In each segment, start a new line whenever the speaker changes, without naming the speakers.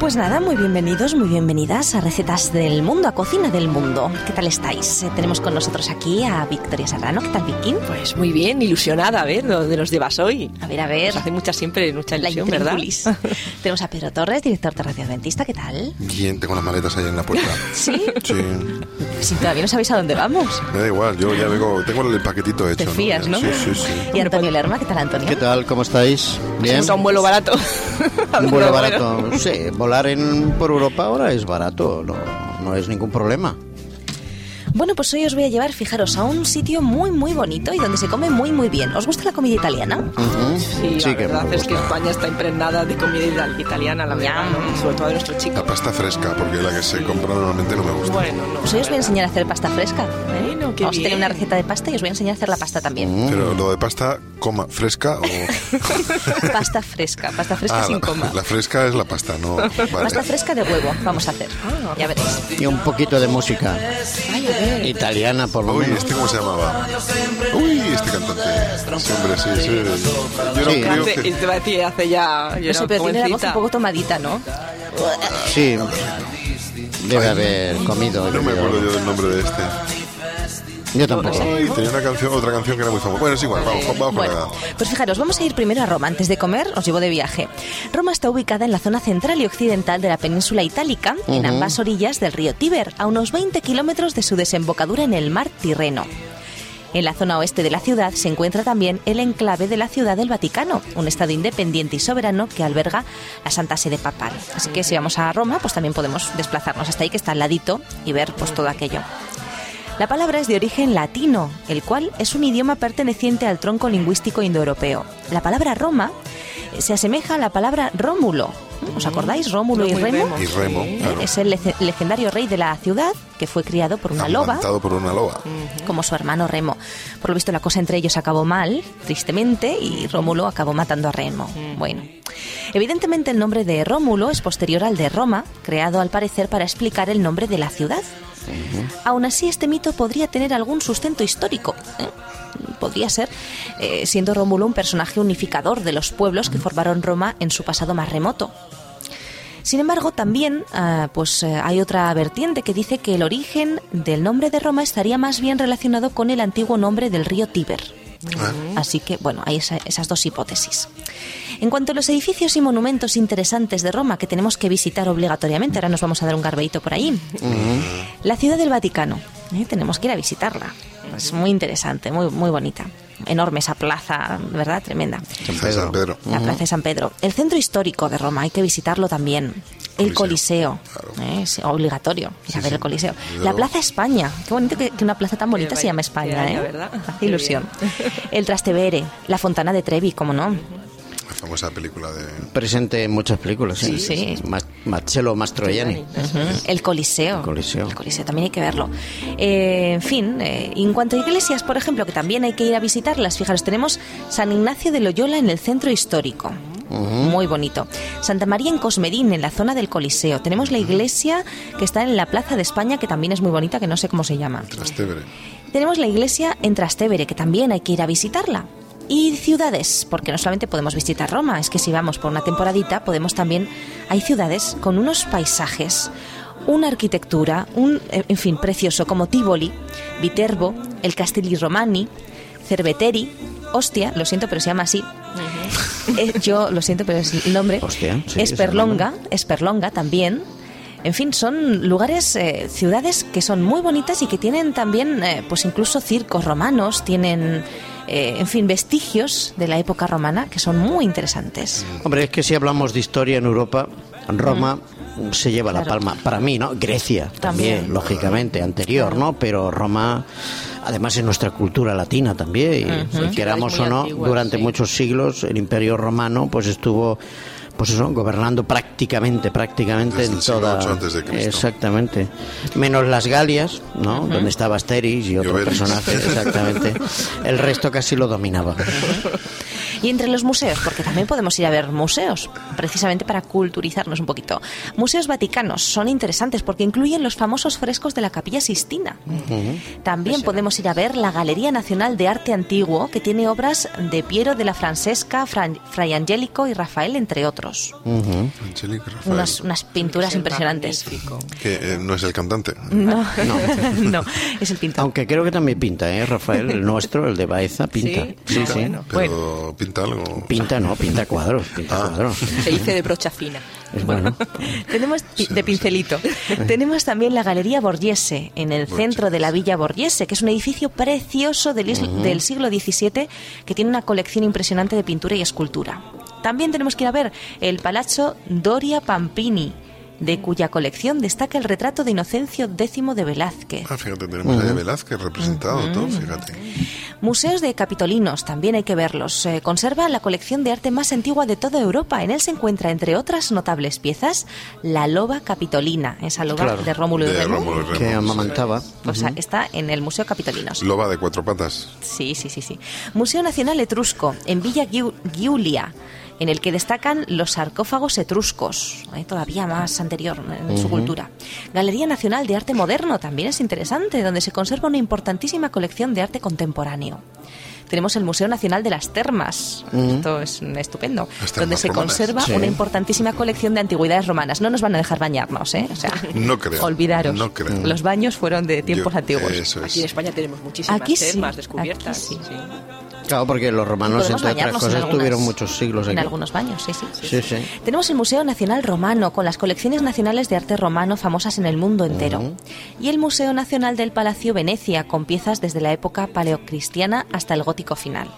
Pues nada, muy bienvenidos, muy bienvenidas a Recetas del Mundo, a Cocina del Mundo. ¿Qué tal estáis? Eh, Tenemos con nosotros aquí a Victoria Serrano. ¿Qué tal, Vicky?
Pues muy bien, ilusionada, a ver dónde nos llevas hoy.
A ver, a ver.
Nos hace mucha siempre mucha
La
ilusión, ¿verdad?
intríngulis. Tenemos a Pedro Torres, director de Radio Adventista. ¿Qué tal?
Bien, tengo las maletas ahí en la puerta.
¿Sí?
Sí,
Si todavía no sabéis a dónde vamos.
me da igual, yo ya vengo, tengo el paquetito hecho.
Te fías, ¿no?
Sí, sí, sí.
Y Antonio Lerma, ¿qué tal, Antonio?
¿Qué tal? ¿Cómo estáis? Bien.
Está un vuelo barato.
Un
Bueno.
vuelo barato. Sí, volar en, por Europa ahora es barato, no, no es ningún problema.
Bueno, pues hoy os voy a llevar, fijaros, a un sitio muy, muy bonito y donde se come muy, muy bien. ¿Os gusta la comida italiana?
Ujú.
Sí, la
que me
verdad es que
gusta.
España está impregnada de comida ital- italiana, la verdad, ¿no? sobre todo de nuestro chico.
La pasta fresca, porque la que se compra normalmente no me gusta.
Bueno, no.
Pues hoy os voy a
la verdad.
enseñar a hacer pasta fresca. ¿eh?
Bueno, qué
Vamos a tener
bien.
una receta de pasta y os voy a enseñar a hacer la pasta también.
Pero lo de pasta, coma, fresca o...
Pasta fresca, pasta fresca
Ah,
sin coma.
la, la fresca es la pasta, no... Vale.
Pasta fresca de huevo, vamos a hacer. Ya veréis.
Y un poquito de música italiana, por lo
Uy,
menos.
¿este cómo se llamaba? Uy, este cantante. Sí, hombre, sí, sí. Yo no
Sí.
creo
Hace- y
que...
te va a decir, hace ya. Yo
No sé,
era
pero tiene la voz un
jovencita.
poco tomadita, ¿no?
Sí, debe haber comido.
No me
bebido.
acuerdo yo del nombre de este.
Yo tampoco.
Uy, tenía una canción, otra canción que era muy famosa. Bueno, es igual, vamos, vamos con
Bueno,
la...
pues fijaros, vamos a ir primero a Roma. Antes de comer, os llevo de viaje. Roma está ubicada en la zona central y occidental de la península itálica, en ambas orillas del río Tíber, a unos 20 kilómetros de su desembocadura en el mar Tirreno. En la zona oeste de la ciudad se encuentra también el enclave de la Ciudad del Vaticano, un estado independiente y soberano que alberga la Santa Sede Papal. Así que si vamos a Roma, pues también podemos desplazarnos hasta ahí, que está al ladito, y ver pues todo aquello. La palabra es de origen latino, el cual es un idioma perteneciente al tronco lingüístico indoeuropeo. La palabra Roma eh, se asemeja a la palabra Rómulo. ¿Mm? ¿Os acordáis? Rómulo y
Rómulo y
Remo.
Y Remo, claro.
Es el lece- legendario rey de la ciudad que fue criado por una loba Mm.
Amamantado por una loba.
como su hermano Remo. Por lo visto la cosa entre ellos acabó mal, tristemente, y Rómulo acabó matando a Remo. Bueno, evidentemente el nombre de Rómulo es posterior al de Roma, creado al parecer para explicar el nombre de la ciudad. Aún así, este mito podría tener algún sustento histórico. ¿eh? Podría ser, eh, siendo Rómulo un personaje unificador de los pueblos que formaron Roma en su pasado más remoto. Sin embargo, también ah, pues, eh, hay otra vertiente que dice que el origen del nombre de Roma estaría más bien relacionado con el antiguo nombre del río Tíber.
Ah.
Así que, bueno, hay esa- esas dos hipótesis. En cuanto a los edificios y monumentos interesantes de Roma que tenemos que visitar obligatoriamente, ahora nos vamos a dar un garbeito por ahí. La ciudad del Vaticano. ¿eh? Tenemos que ir a visitarla. Es muy interesante, muy, muy bonita. Enorme esa plaza, ¿verdad? Tremenda.
San Pedro.
La Plaza de San Pedro. El centro histórico de Roma, hay que visitarlo también. El Coliseo,
Coliseo,
¿eh? es obligatorio ir a ver el Coliseo.
Desde
La
luego.
Plaza España, qué bonito que, que una plaza tan bonita
vaya-
se llama
qué
España,
año,
¿eh?
¿verdad?
Hace
Qué
ilusión. El Trastevere, la Fontana de Trevi, cómo no.
La famosa película de...
Presente en muchas películas. ¿eh?
Sí, sí.
Ma- Marcello Mastroianni.
El Coliseo.
El Coliseo.
El también hay que verlo. Eh, en fin, eh, y en cuanto a iglesias, por ejemplo, que también hay que ir a visitarlas, fijaros, tenemos San Ignacio de Loyola en el centro histórico. Muy bonito. Santa María en Cosmedín, en la zona del Coliseo. Tenemos la iglesia que está en la Plaza de España, que también es muy bonita, que no sé cómo se llama.
Trastevere.
Tenemos la iglesia en Trastevere, que también hay que ir a visitarla. Y ciudades, porque no solamente podemos visitar Roma, es que si vamos por una temporadita, podemos también... Hay ciudades con unos paisajes, una arquitectura, un, eh, en fin, precioso, como Tivoli, Viterbo, el Castelli Romani, Cerveteri, Ostia, lo siento, pero se llama así. Eh, yo lo siento, pero es el nombre.
Ostia, sí, es el
Esperlonga, Esperlonga también. En fin, son lugares, eh, ciudades que son muy bonitas y que tienen también, eh, pues incluso circos romanos, tienen, eh, en fin, vestigios de la época romana que son muy interesantes.
Hombre, es que si hablamos de historia en Europa, Roma se lleva la
Claro.
palma. Para mí, ¿no? Grecia también,
También.
lógicamente, anterior, ¿no? Pero Roma, además, es nuestra cultura latina también. Y, y queramos o
muy
no,
antiguas,
durante
sí.
muchos siglos, el Imperio Romano, pues estuvo. Pues eso, gobernando prácticamente, prácticamente
Desde
en
el siglo
toda.
VIII antes de Cristo.
Exactamente. Menos las Galias, ¿no? Donde estaba Asteris y otro
Obelix.
personaje, exactamente. El resto casi lo dominaba.
Y entre los museos, porque también podemos ir a ver museos, precisamente para culturizarnos un poquito. Museos vaticanos son interesantes porque incluyen los famosos frescos de la Capilla Sistina. También podemos ir a ver la Galería Nacional de Arte Antiguo, que tiene obras de Piero de la Francesca, Fran- Fray Angélico y Rafael, entre otros.
Ujú.
Angelique Rafael.
Unas, unas pinturas impresionantes.
Magnífico.
Que eh, no es el cantante.
No, no. es el pintor.
Aunque creo que también pinta, ¿eh, Rafael? El nuestro, el de Baeza, pinta.
Sí,
Sí, sí.
Ah, bueno.
Pero pinta algo.
Pinta, no, pinta cuadros, pinta cuadros.
Se dice de brocha fina.
Es bueno.
Tenemos pi- de pincelito. Tenemos también la Galería Borghese, en el centro de la Villa Borghese, que es un edificio precioso del, is- del siglo XVII que tiene una colección impresionante de pintura y escultura. También tenemos que ir a ver el Palazzo Doria Pampini, de cuya colección destaca el retrato de Inocencio X de Velázquez.
Ah, fíjate, tenemos ahí a Velázquez representado todo, fíjate.
Museos de capitolinos, también hay que verlos. Eh, conserva la colección de arte más antigua de toda Europa. En él se encuentra, entre otras notables piezas, la loba capitolina, esa loba
Claro,
de Rómulo y
De
Remo.
Rómulo y Remo.
Que amamantaba.
O sea, está en el Museo Capitolinos.
Loba de cuatro patas.
Sí, sí, sí, sí. Museo Nacional Etrusco, en Villa Giu- Giulia, en el que destacan los sarcófagos etruscos, eh, todavía más anterior en su cultura. Galería Nacional de Arte Moderno también es interesante, donde se conserva una importantísima colección de arte contemporáneo. Tenemos el Museo Nacional de las Termas, esto es estupendo,
Las
donde
termas
se
romanas.
conserva
Sí.
una importantísima colección de antigüedades romanas. No nos van a dejar bañarnos, ¿eh? O sea,
No creo.
Olvidaros.
No creo.
Los baños fueron de tiempos
Yo-
antiguos.
Eso
Aquí en
es.
España tenemos muchísimas
Aquí sí,
termas
aquí
descubiertas.
sí.
Claro, porque los romanos,
Podemos
entre otras
bañarnos en
cosas,
algunas-
tuvieron muchos siglos
En
aquí.
algunos baños, sí, sí.
Sí, sí.
Tenemos el Museo Nacional Romano, con las colecciones nacionales de arte romano famosas en el mundo entero. Y el Museo Nacional del Palacio Venecia, con piezas desde la época paleocristiana hasta el gótico final.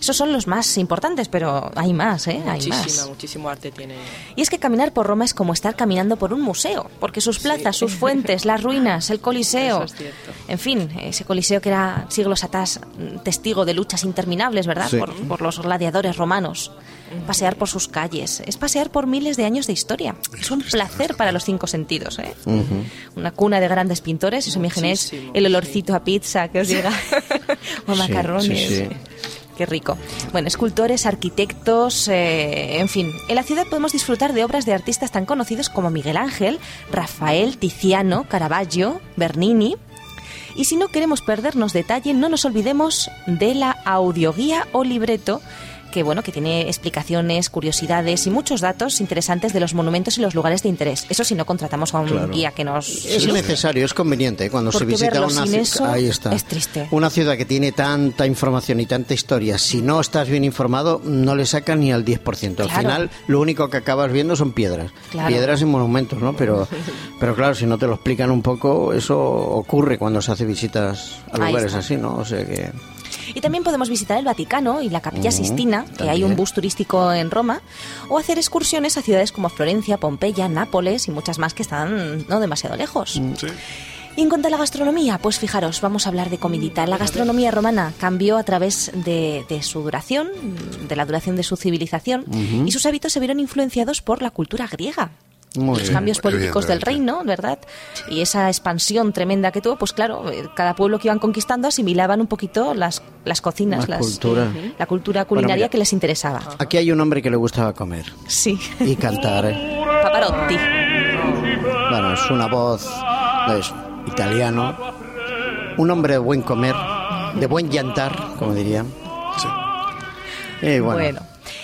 Esos son los más importantes, pero hay más, ¿eh? Hay
Muchísima,
más.
muchísimo arte tiene.
Y es que caminar por Roma es como estar caminando por un museo, porque sus plazas, sus fuentes, las ruinas, el Coliseo.
Eso es cierto.
En fin, ese Coliseo que era siglos atrás mm, testigo de luchas interminables, ¿verdad?
Sí.
Por, por los gladiadores romanos. Pasear por sus calles. Es pasear por miles de años de historia. Es un placer para los cinco sentidos, ¿eh? Una cuna de grandes pintores, y os imagináis
Muchísimo,
el olorcito a pizza que os llega. o a
Sí,
macarrones.
sí, sí.
Qué rico. Bueno, escultores, arquitectos, eh, en fin. En la ciudad podemos disfrutar de obras de artistas tan conocidos como Miguel Ángel, Rafael, Tiziano, Caravaggio, Bernini. Y si no queremos perdernos detalle, no nos olvidemos de la audioguía o libreto que bueno, que tiene explicaciones, curiosidades y muchos datos interesantes de los monumentos y los lugares de interés. Eso si no contratamos a un
Claro.
guía que nos
Es necesario, es conveniente ¿eh? cuando se
Porque
visita
verlo
una
sin
ci-
eso
ahí está.
es triste.
Una ciudad que tiene tanta información y tanta historia, si no estás bien informado, no le saca ni al 10%. Al
Claro.
final, lo único que acabas viendo son piedras.
Claro.
Piedras y monumentos, ¿no? Pero, pero claro, si no te lo explican un poco, eso ocurre cuando se hace visitas a
Ahí
lugares
está.
así, ¿no? O sea que.
Y también podemos visitar el Vaticano y la Capilla Sistina, que hay
también.
un bus turístico en Roma, o hacer excursiones a ciudades como Florencia, Pompeya, Nápoles y muchas más que están no demasiado lejos.
Sí.
Y en cuanto a la gastronomía, pues fijaros, vamos a hablar de comidita. La gastronomía romana cambió a través de, de su duración, de la duración de su civilización, y sus hábitos se vieron influenciados por la cultura griega.
Muy
los
bien.
cambios políticos del
Evidentemente.
reino, ¿verdad? Y esa expansión tremenda que tuvo, pues claro, eh, cada pueblo que iban conquistando asimilaban un poquito las, las cocinas,
La
las, eh,
cultura.
la cultura culinaria
mira. Ah.
que les interesaba.
Aquí hay un hombre que le gustaba comer
Sí,
y cantar. ¿eh?
Paparotti.
Bueno, es una voz, es italiano, un hombre de buen comer, de buen llantar, como diría.
Sí.
Y bueno,
Bueno.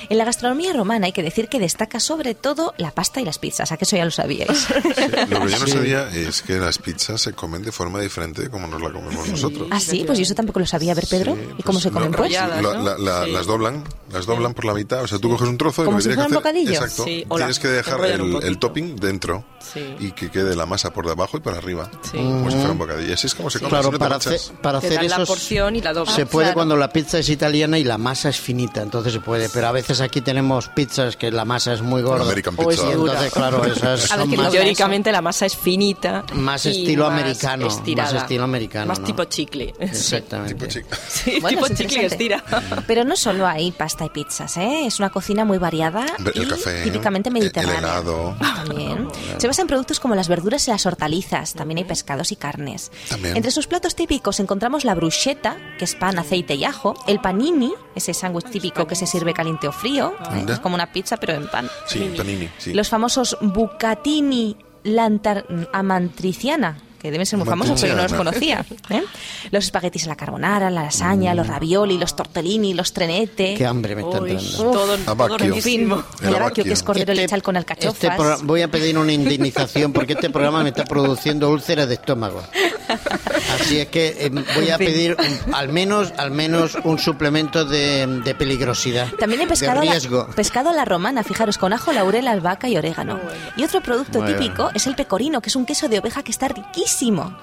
En la gastronomía romana hay que decir que destaca sobre todo la pasta y las pizzas, a que eso ya lo sabíais.
Lo que yo no
Sí.
sabía es que las pizzas se comen de forma diferente de como nos la comemos nosotros.
ah, sí, pues yo eso tampoco lo sabía. A ver, Pedro,
Eh,
¿y
Sí, pues,
cómo se
no,
comen pues?
enrollado. Enrolladas,
la-
¿no?
la- la-
Sí.
Las doblan, las doblan por la mitad. O sea, tú coges un trozo y
Como
lo que
si
tienes que
fueran
hacer-
bocadillos.
Exacto.
Sí, o la-
tienes que dejar
enrollan un
el, el
poquito.
topping dentro
Sí.
y que quede la masa por debajo y para arriba.
Sí.
Como si fuera un
Mm.
bocadillo. Así es como se come.
claro,
si no te
para,
manchas.
hacer- para
Te
hacer
dan la
esos-
porción y la doblan.
Se puede
Ah,
Claro.
cuando la pizza es italiana y la masa es finita, entonces se puede. Pero a veces aquí tenemos pizzas que la masa es muy gorda.
American
O es
pizza.
dura. Entonces, claro, esas
A ver,
son
que
más...
teóricamente la masa es finita.
Más
y
estilo americano, más
estirada,
estilo americano,
Más
¿no?
tipo chicle.
Tipo
Exactamente.
chica.
Sí,
Bueno,
tipo
es
chicle que estira.
interesante.
Mm,
Pero no solo hay pasta y pizzas, ¿eh? Es una cocina muy variada
Hombre,
y
el café,
típicamente
el-
mediterránea.
el helado.
También. Se basa en productos como las verduras y las hortalizas. También hay pescados y carnes.
También.
Entre sus platos típicos encontramos la bruschetta, que es pan, aceite y ajo. El panini, ese sándwich típico que se sirve caliente o frío. ¿eh?
Anda.
Es como una pizza, pero en pan.
Sí, panini. Sí.
Los famosos bucatini lantar amantriciana. que deben ser muy famosos, pero yo no los conocía. ¿eh? Los espaguetis a la carbonara, la lasaña,
Mm.
los ravioli, los tortellini, los trenete.
Qué hambre me está entrando.
Todo, todo
Abacchio.
riquísimo.
El
El
abaquio, que es
abaquio.
cordero
Este-
lechal con alcachofas.
este programa- voy a pedir una indemnización porque este programa me está produciendo úlceras de estómago. Así es que eh, voy a
En fin.
pedir un- al menos al menos un suplemento de, de peligrosidad.
También hay pescado,
de
a
riesgo.
la, pescado a la romana, fijaros, con ajo, laurel, albahaca y orégano. Y otro producto
Muy
típico es el pecorino, que es un queso de oveja que está riquísimo.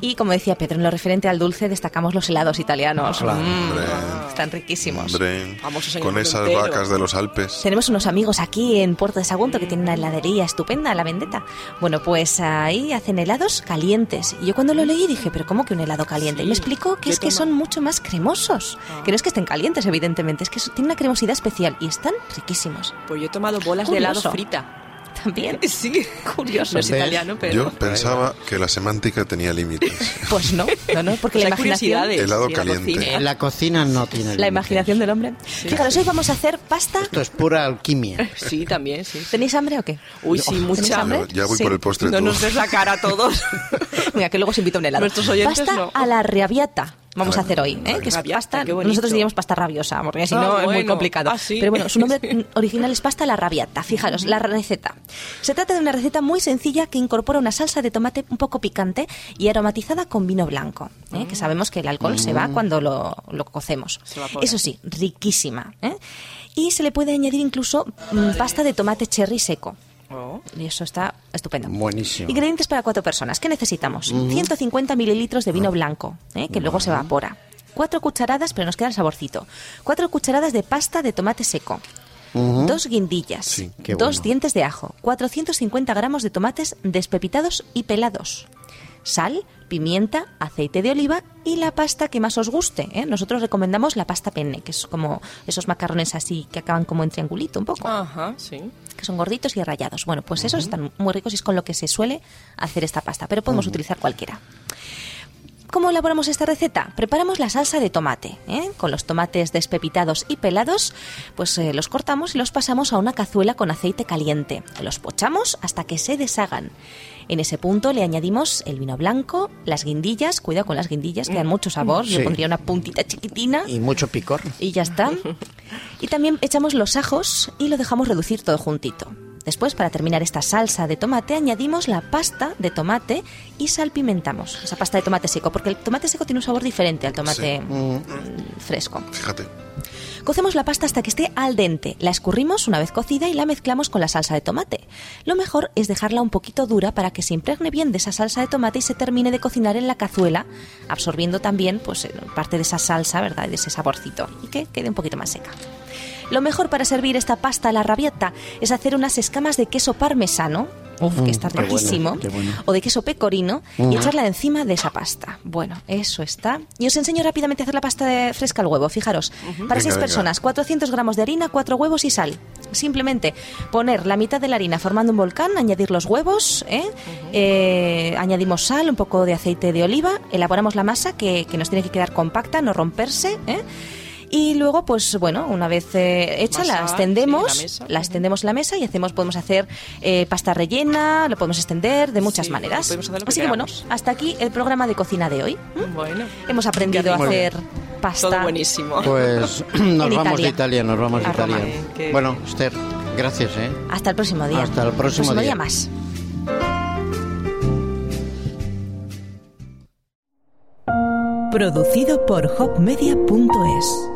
Y como decía Pedro, en lo referente al dulce destacamos los helados italianos. Mm,
Hombre.
están riquísimos.
Hombre,
Famosos en el
con
mundo
esas
entero.
vacas de los Alpes.
Tenemos unos amigos aquí en Puerto de Sagunto que tienen una heladería estupenda, la Vendetta. Bueno, pues ahí hacen helados calientes. Y yo cuando lo leí dije, ¿pero cómo que un helado caliente? y me explicó que
yo Ah.
es que
tomo-
son mucho más cremosos. Que no es que estén calientes, evidentemente, es que eso- tiene una cremosidad especial y están riquísimos.
Pues yo he tomado bolas de helado
Curioso.
frita.
También.
Sí, curioso. No es
¿Ves?
italiano, pero...
Yo pensaba que la semántica tenía límites.
Pues no, no, no, porque
Pues
la imaginación,
hay curiosidades
Helado
de la
caliente.
cocina.
Eh, La cocina no tiene
la
límites.
imaginación del hombre. Fijaros, hoy vamos a hacer pasta.
Esto es pura alquimia.
Sí, también, sí. sí.
¿Tenéis hambre o qué?
Uy, sí, mucha
hambre?
Yo- ya voy
Sí.
por el postre.
No
tú.
nos ves la cara a todos.
Venga, que luego os invito a un helado.
Nuestros oyentes
pasta
no.
a la rabiata. Vamos a hacer hoy, ¿eh? que es
Rabiata,
pasta,
qué bonito.
nosotros diríamos pasta rabiosa, porque si no
Ah,
es muy
bueno.
complicado.
Ah, sí.
Pero bueno, su nombre mm, original es pasta a la rabiata, fijaros, la receta. Se trata de una receta muy sencilla que incorpora una salsa de tomate un poco picante y aromatizada con vino blanco, ¿eh? que sabemos que el alcohol se va cuando lo, lo cocemos.
Se evapora.
Eso sí, riquísima. ¿eh? Y se le puede añadir incluso mm, pasta de tomate cherry seco.
Oh.
Y eso está estupendo.
Buenísimo.
Ingredientes para cuatro personas. ¿Qué necesitamos? 150 mililitros de
Ah.
vino blanco, ¿eh? que luego se evapora. Cuatro cucharadas, pero nos queda el saborcito. Cuatro cucharadas de pasta de tomate seco. Dos guindillas.
Sí,
qué
dos
bueno.
dientes de ajo. 450 gramos de tomates despepitados y pelados. Sal, pimienta, aceite de oliva y la pasta que más os guste. ¿eh? Nosotros recomendamos la pasta penne, que es como esos macarrones así que acaban como en triangulito un poco
Ajá, sí.
que son gorditos y rayados. Bueno, pues esos están muy ricos y es con lo que se suele hacer esta pasta, pero podemos utilizar cualquiera. ¿Cómo elaboramos esta receta? Preparamos la salsa de tomate. ¿eh? Con los tomates despepitados y pelados, pues eh, los cortamos y los pasamos a una cazuela con aceite caliente. Los pochamos hasta que se deshagan. En ese punto le añadimos el vino blanco, las guindillas, cuidado con las guindillas, que dan mucho sabor, yo
Sí.
pondría una puntita chiquitina
Y mucho picor.
y ya está. Y también echamos los ajos y lo dejamos reducir todo juntito. Después, para terminar esta salsa de tomate, añadimos la pasta de tomate y salpimentamos esa pasta de tomate seco, porque el tomate seco tiene un sabor diferente al tomate mm, fresco.
Fíjate.
Cocemos la pasta hasta que esté al dente, la escurrimos una vez cocida y la mezclamos con la salsa de tomate. Lo mejor es dejarla un poquito dura para que se impregne bien de esa salsa de tomate y se termine de cocinar en la cazuela, absorbiendo también pues, eh, parte de esa salsa, ¿verdad? De ese saborcito y que quede un poquito más seca. Lo mejor para servir esta pasta a la rabiata es hacer unas escamas de queso parmesano, uf, que está
Mm, qué bueno,
riquísimo,
qué bueno. Mm.
o de queso pecorino y echarla encima de esa pasta. Bueno, eso está. Y os enseño rápidamente a hacer la pasta de fresca al huevo, fijaros. Para
Venga,
seis
venga.
personas, 400 gramos de harina, 4 huevos y sal. Simplemente poner la mitad de la harina formando un volcán, añadir los huevos, ¿eh? Eh, añadimos sal, un poco de aceite de oliva, elaboramos la masa que, que nos tiene que quedar compacta, no romperse. ¿eh? Y luego, pues bueno, una vez eh, hecha,
Masa,
la extendemos,
sí, la mesa.
la extendemos en la mesa y hacemos, podemos hacer eh, pasta rellena, lo podemos extender de muchas
Sí,
maneras.
podemos hacer lo que
Así que bueno,
queramos.
hasta aquí el programa de cocina de hoy.
Bueno.
Hemos aprendido a
rico.
hacer
Todo
pasta.
buenísimo.
Pues nos
En
vamos
Italia.
de Italia, nos vamos de
A Roma.
Italia.
Eh, que-
Bueno, Esther, gracias, ¿eh?
Hasta el próximo día.
Hasta el próximo
día
día.
más.
Producido por hopmedia.es